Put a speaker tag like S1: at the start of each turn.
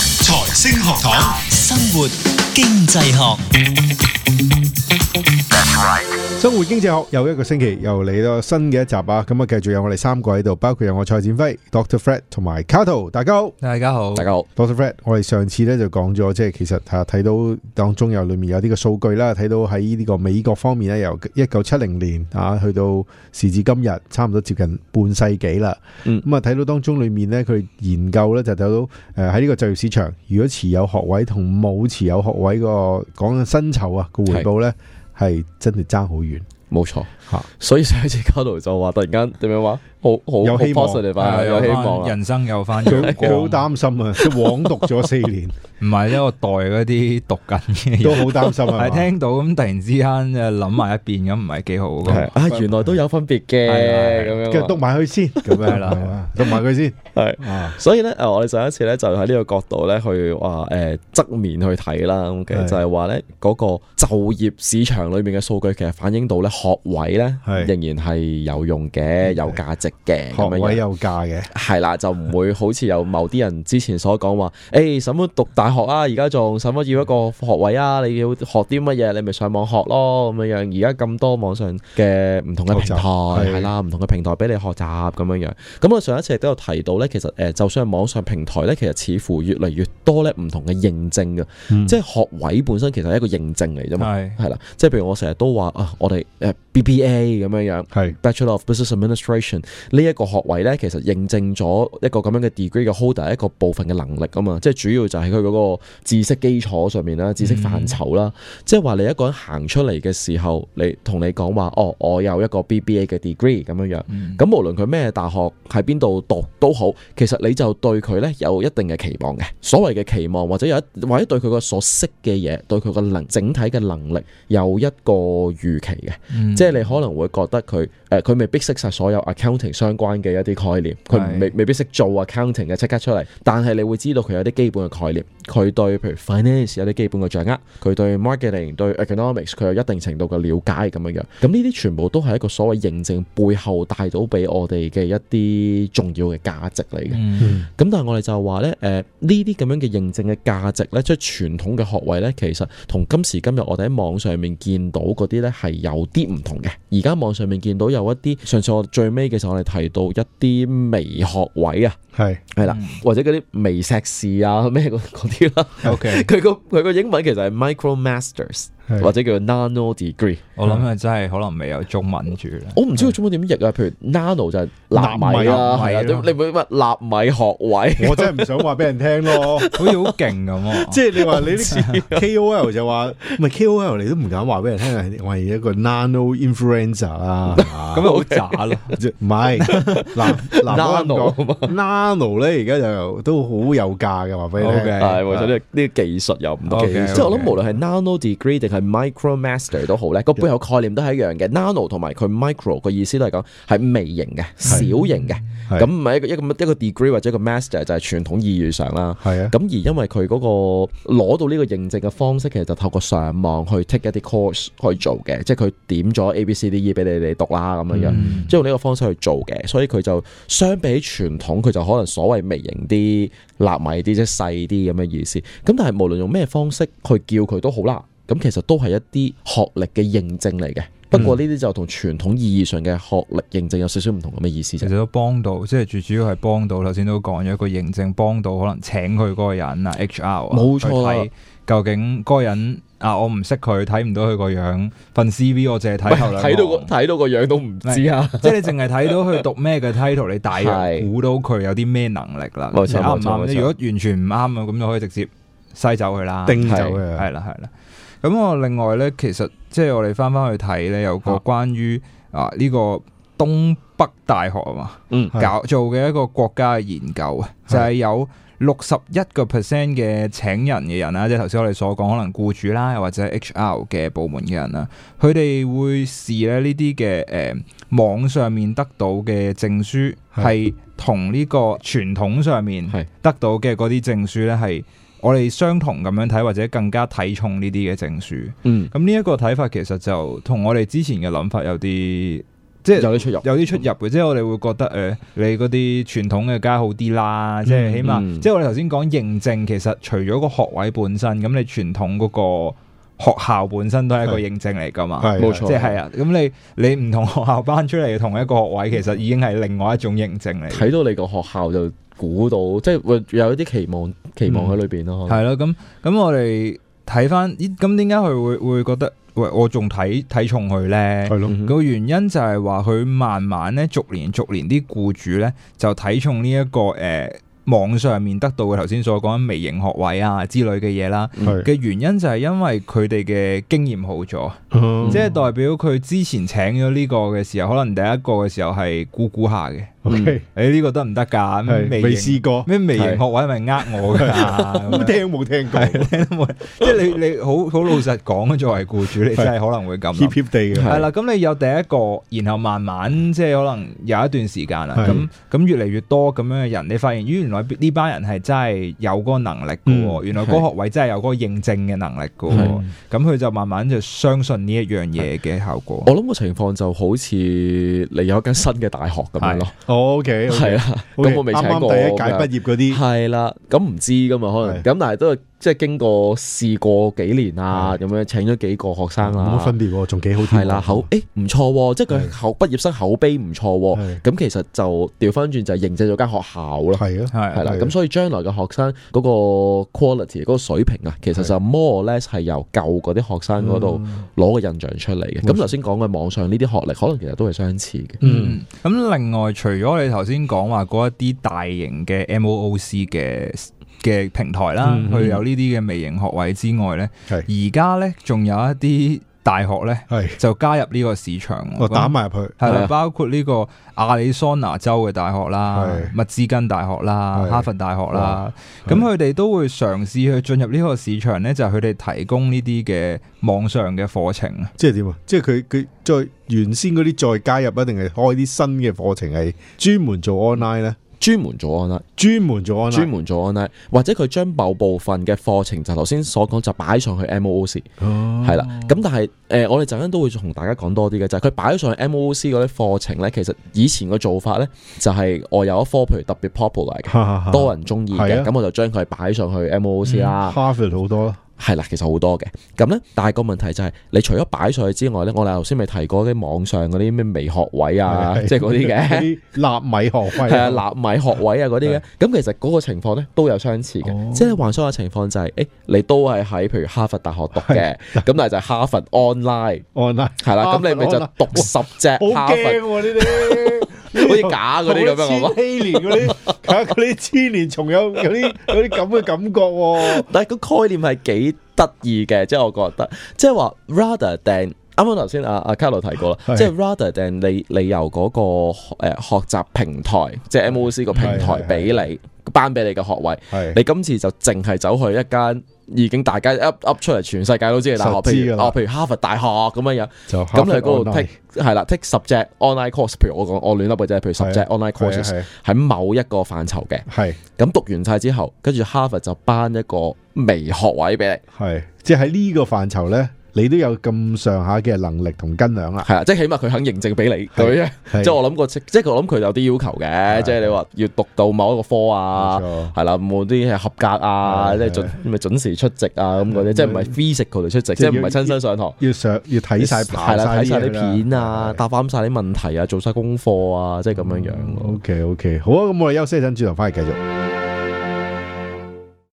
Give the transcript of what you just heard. S1: 星學堂，
S2: 生活經
S3: 啊
S2: 濟學，
S4: 生活經濟學又一個星期又嚟到新嘅一集啊！咁啊，繼續有我哋三個喺度，包括有我蔡展輝、Doctor Fred 同埋 Cato，大家好。
S5: 大家好，
S3: 大家好，
S4: Doctor Fred，我哋上次咧就講咗，即係其實啊睇到當中有裏面有呢個數據啦，睇到喺呢個美國方面咧，由一九七零年啊去到時至今日，差唔多接近半世紀啦。
S3: 嗯
S4: 咁啊睇到當中裏面咧，佢研究咧就睇到誒喺呢個就業市場，如果持有學位同冇持有學位個講緊薪酬啊個回報咧，係真係爭好遠。
S3: 冇錯
S4: 嚇
S3: 所以上一次 c a r 就話突然間點樣話，好好
S4: 有
S3: 好
S4: 希望
S3: positive 啊，
S5: 係
S3: 有希
S5: 返
S3: 望啦。
S5: 人生有翻 陽
S4: 佢佢好
S5: 光，
S4: 擔心啊，即係枉讀咗四 年，
S5: 唔係呢我代嗰啲讀緊嘅
S4: 都
S5: 人，
S4: 好擔心啊。
S5: 係
S4: 係嘛
S5: 聽到咁突然之間就諗埋一邊咁，唔係幾好
S3: 係
S5: 嘅。
S3: 啊，原來都有分別嘅
S5: 係係
S3: 咁樣啊。
S4: 跟住督埋佢先，咁樣
S5: 係啦
S4: 係嘛，督埋佢先。
S3: 係
S4: 啊，
S3: 所以咧，誒，我哋上一次咧就喺呢個角度咧去話誒側面去睇啦，OK，
S4: 係
S3: 就係話咧嗰個就業市場裏面嘅數據其實反映到咧學位咧
S4: 係嗯
S3: 仍然係有用嘅、有價值嘅
S4: 學
S3: 咁樣樣
S4: 位有價嘅，
S3: 係啦，就唔會好似有某啲人之前所講話，誒使乜讀大學啊？而家仲使乜要一個學位啊？你要學啲乜嘢？你咪上網學咯咁樣樣。而家咁多網上嘅唔同嘅平台
S4: 學習係
S3: 係啦，唔同嘅平台俾你學習咁樣樣。咁我上一次亦都有提到咧，其實誒，就算係網上平台咧，其實似乎越嚟越多咧唔同嘅認證嘅，即係學位本身其實係一個認證嚟啫嘛。
S5: 係
S3: 係啦，即係譬如我成日都話啊，我哋誒 BBA 咁樣樣。
S4: 係
S3: Bachelor of Business Administration 呢一個學位咧，其實認證咗一個咁樣嘅 degree 嘅 holder 一個部分嘅能力啊嘛，即係主要就係佢嗰個知識基礎上面啦、知識範疇啦，即係話你一個人行出嚟嘅時候，你同你講話，哦，我有一個 BBA 嘅 degree 咁樣樣，
S5: 嗯
S3: 咁無論佢咩大學喺邊度讀都好，其實你就對佢咧有一定嘅期望嘅，所謂嘅期望或者有一或者對佢個所識嘅嘢，對佢個能整體嘅能力有一個預期嘅。
S5: 嗯
S3: 即係你可能會覺得佢誒佢未必識晒所有 accounting 相關嘅一啲概念，佢唔
S5: 係
S3: 未未必識做 accounting 嘅即刻出嚟，但係你會知道佢有啲基本嘅概念，佢對譬如 finance 有啲基本嘅掌握，佢對 marketing 對 economics 佢有一定程度嘅了解咁樣樣。咁呢啲全部都係一個所謂認證背後帶到俾我哋嘅一啲重要嘅價值嚟嘅。
S5: 嗯
S3: 咁但係我哋就話咧，誒呢啲咁樣嘅認證嘅價值咧，即係傳統嘅學位咧，其實同今時今日我哋喺網上面見到嗰啲咧係有啲唔同嘅。而家網上面見到有一啲，上次我最尾嘅時候我哋提到一啲微學位啊，
S4: 係
S3: 係啦，或者嗰啲微碩士啊咩嗰嗰啲啦，
S4: OK，
S3: 佢個佢個英文其實係 micro masters
S4: 係
S3: 或者叫 nano degree。
S5: 我諗佢真係可能未有中文 住啦。
S3: 我唔知佢中文點譯啊，譬如 nano 就係納米啦，
S5: 納米
S3: 係啊，
S5: 咯
S3: 你唔會乜納米學位。
S4: 我真係唔想話俾人聽咯。
S5: 好似好勁 咁喎，
S4: 即係你話你 啲 KOL 就話，唔係 KOL 你都唔敢話俾人聽係我係一個 nano influencer 啊，係嘛
S5: 咁咪好渣咯。
S4: 即係唔係嗱 嗱
S3: Nano
S4: 我咁講 nano 咧而家就都好有價嘅，話俾你聽。
S5: OK
S3: 係冇錯，呢個呢個技術又唔同。
S5: OK，OK
S3: 即係我諗，無論係 nano degree 定係 micro master 都好咧，個背後概念都係一樣嘅。nano 同埋佢 micro 個意思都係講係微型嘅、小型嘅。
S4: 係
S3: 咁唔係一個一個一個 degree 或者一個 master 就係傳統意義上啦。
S4: 係啊，
S3: 咁而因為佢嗰個攞到呢個認證嘅方式，其實就透過上網去 take 一啲 course 去做嘅，即係佢點咗 A、B、C、D、E 俾你哋讀啦咁樣樣，即係用呢個方式去做嘅，所以佢就相比傳統，佢就可能所謂微型啲、納米啲、即係細啲咁嘅意思。咁但係無論用咩方式去叫佢都好啦，咁其實都係一啲學歷嘅認證嚟嘅。不過呢啲就同傳統意義上嘅學歷認證有少少唔同咁嘅意思
S5: 其
S3: 啫
S5: 實。都幫到，即係最主要係幫到。頭先都講咗一個認證，幫到可能請佢嗰個人啊，HR 啊
S3: 冇錯啦
S5: 去睇究竟嗰個人啊，我唔識佢，睇唔到佢個樣，份 CV 我淨係睇頭兩
S3: 睇到個
S5: 行
S3: 睇到個樣都唔知啊！
S5: 即係你淨係睇到佢讀咩嘅 title，你大約
S3: 係
S5: 估到佢有啲咩能力啦。
S3: 冇錯
S5: 你啱
S3: 冇錯
S5: 唔啱
S3: 冇錯
S5: 咧？如果完全唔啱啊，咁就可以直接篩走佢啦。
S4: 叮走嘅
S5: 係啦係啦。咁我另外咧，其實即係我哋翻翻去睇咧，有個
S3: 啊
S5: 關於啊呢個東北大學啊嘛。
S3: 嗯，
S4: 係
S5: 搞做嘅一個國家嘅研究啊，
S4: 係
S5: 就係有六十一個 percent 嘅請人嘅人啊啦，即係頭先我哋所講，可能僱主啦，又或者 HR 嘅部門嘅人啦，佢哋會視咧呢啲嘅誒網上面得到嘅證書
S4: 係
S5: 係同呢個傳統上面
S3: 係
S5: 得到嘅嗰啲證書咧係。我哋相同咁樣睇，或者更加睇重呢啲嘅證書。
S3: 嗯。
S5: 咁呢一個睇法其實就同我哋之前嘅諗法有啲即係
S3: 有啲出入。
S5: 有啲出入嘅，即係我哋會覺得誒、呃你嗰啲傳統嘅梗係好啲啦，即係起碼，
S3: 嗯
S5: 即係我哋頭先講認證，其實除咗個學位本身，咁你傳統嗰個學校本身都係一個認證嚟㗎嘛。
S4: 係
S3: 冇
S5: 即
S3: 錯
S5: 係係啊，咁你你唔同學校班出嚟嘅同一個學位，其實已經係另外一種認證嚟。
S3: 睇到你個學校就估到，即係會有一啲期望期望
S4: 嗯
S3: 喺裏邊咯。可能
S5: 係咯，咁咁我哋睇翻，咦咁點解佢會會覺得喂我仲睇睇重佢咧？
S4: 係咯，
S3: 嗯
S5: 個原因就係話佢慢慢咧，逐年逐年啲僱主咧就睇重呢、一個誒、呃、網上面得到嘅頭先所講嘅微型學位啊之類嘅嘢啦。
S3: 嗯
S4: 係，
S5: 嘅原因就係因為佢哋嘅經驗好咗，
S4: 嗯
S5: 即係代表佢之前請咗呢個嘅時候，可能第一個嘅時候係估估下嘅，
S3: 嗯
S4: ，OK，
S5: 誒呢個得唔得㗎？
S4: 係
S5: 咩
S4: 未
S5: 微型
S4: 試過，
S5: 咩微型學位係咪呃我㗎？咁
S4: 冇
S5: 樣
S4: 聽冇聽過，
S5: 聽都冇， 即係你你好好老實講，作為僱主，你真係可能會咁諗
S4: 協。協地嘅，
S3: 係
S5: 係啦，咁你有第一個，然後慢慢即係可能有一段時間啦，
S4: 係
S5: 咁咁越嚟越多咁樣嘅人，你發現咦原來呢班人係真係有嗰個能力嘅喎，
S4: 嗯
S5: 原來嗰個學位真係有嗰個認證嘅能力嘅喎
S3: 係，
S5: 咁佢就慢慢就相信呢一樣嘢嘅效果。
S4: 哦
S3: 我諗個情況就好似你有一間新嘅大學咁樣咯，
S4: ，OK，
S3: 係啦，
S4: OK，
S3: 咁我未
S4: 啱
S3: 請
S4: 啱
S3: 過咁樣
S4: 第一屆畢業嗰啲，
S3: 係啦，咁唔知噶嘛，可能
S4: 係
S3: 咁，但係都係即係經過試過幾年啊，咁樣請咗幾個學生
S4: 冇乜
S3: 啊
S4: 分，別喎，仲幾好添喎，
S3: 係啦，口誒唔錯喎，即係佢
S4: 係
S3: 口畢業生口碑唔錯喎，
S4: 係
S3: 咁其實就調翻轉就係認證咗間學校咯。
S4: 係啊，
S5: 係
S3: 係啦，
S4: 係
S3: 咁所以將來嘅學生嗰個 quality 嗰個水平啊，其實就 more or less 係由舊嗰啲學生嗰
S4: 嗯
S3: 度攞個印象出嚟嘅。咁頭先講嘅網上呢啲學歷，可能其實都係相似嘅。
S5: 嗯，咁另外除咗你頭先講話嗰一啲大型嘅 MOOC 嘅嘅平台啦，
S4: 嗯嗯
S5: 佢、有呢啲嘅微型學位之外呢，而
S4: 係
S5: 家呢仲有一啲大學呢，
S4: 係，
S5: 就加入呢個市場
S3: 啊
S5: 喎。
S4: 我打埋入去，
S5: 係
S3: 係
S5: 啦
S3: 啊，
S5: 包括呢個亞利桑那州嘅大學啦、
S4: 係
S5: 密芝根大學啦
S4: 係、
S5: 哈佛大學啦，
S4: 哇
S5: 咁
S4: 係
S5: 佢哋都會嘗試去進入呢個市場呢，就係佢哋提供呢啲嘅網上嘅課程啊。
S4: 即係點啊？即係佢佢再原先嗰啲再加入，一定係開啲新嘅課程，係專門做 online 咧，
S3: 專門做 online，
S4: 專門做 online，
S3: 專門做 online，或者佢將某部分嘅課程就頭先所講就擺上去 MOOC，
S4: 哦，
S3: 係啦。咁但係誒、呃我哋陣間都會同大家講多啲嘅，就係佢擺咗上去 MOOC 嗰啲課程呢，其實以前嘅做法呢，就係、我有一科譬如特別 popular 嘅，
S4: 係
S3: 多人中意
S4: 係啊嗯
S3: 嘅，咁我就將佢擺上去 MOOC 啦。
S4: Harvard 好多啦，
S3: 係啦，其實好多嘅。咁呢，但係個問題就係、你除咗擺上去之外呢，我哋頭先咪提過啲網上嗰啲咩微學位啊，
S4: 係
S3: 即係嗰啲嘅，
S4: 啲納米學位
S3: 係啊，納米學位啊嗰啲
S4: 係
S3: 嘅。咁其實嗰個情況呢都有相似嘅，
S4: 哦
S3: 即係幻想嘅情況就係、誒，你都係喺譬如哈佛大學讀嘅，咁但係就係哈佛 online
S4: online，
S3: 係啦，咁你咪就呃
S4: 哈
S3: 讀十隻
S4: 啊好
S3: 哈
S4: 驚啊
S3: 佛，
S4: 喎呢啲。
S3: 好似假嗰啲咁樣，係
S4: 好
S3: 嘛
S4: 似？千禧年嗰 啲，嚇嗰啲千年蟲有有啲有啲咁嘅感覺喎。
S3: 但係個概念係幾得意嘅，即係我覺得，即係話 rather than 啱啱頭先阿阿卡 a 提過啦，
S4: 係
S3: 即係 rather than 你你由嗰個誒學習平台，即係 MOC 個平台
S4: 係係
S3: 俾你頒俾你嘅學位，
S4: 係
S3: 你今次就淨係走去一間已經大家 up up 出嚟，全世界都知嘅大學，
S4: 實知
S3: 譬
S4: 㗎
S3: 如
S4: 啦
S3: 哦，譬如哈佛大學咁樣樣，
S4: 就
S3: 咁你喺嗰度
S4: online
S3: take 係啦，take 十隻 online course，譬如我講我亂笠嘅啫，譬如十隻
S4: 係啊
S3: online
S4: 係啊
S3: courses
S4: 係啊
S3: 喺某一個範疇嘅。
S4: 係
S3: 咁讀完晒之後，跟住哈佛就頒一個微學位俾你，
S4: 係，即係喺呢個範疇咧，你都有咁上下嘅能力同斤兩啦。
S3: 係啦，啊即係起碼佢肯認證俾你咁樣。
S4: 啊 係
S3: 即係我諗過，即即係我諗佢有啲要求嘅，即係你話要讀到某一個科啊
S4: 冇，錯
S3: 係啦，冇啲係合格啊，
S4: 係
S3: 即係準咪準時出席啊咁嗰啲，即係唔係 physical 嚟出席，即係唔係親身上堂。
S4: 要上要睇晒爬
S3: 係啦，睇晒啲片啊，
S4: 係
S3: 答啱晒啲問題啊，做晒功課啊，即係咁樣樣咯。
S4: OK OK，好啊，咁我哋休息一陣，轉頭翻嚟繼續。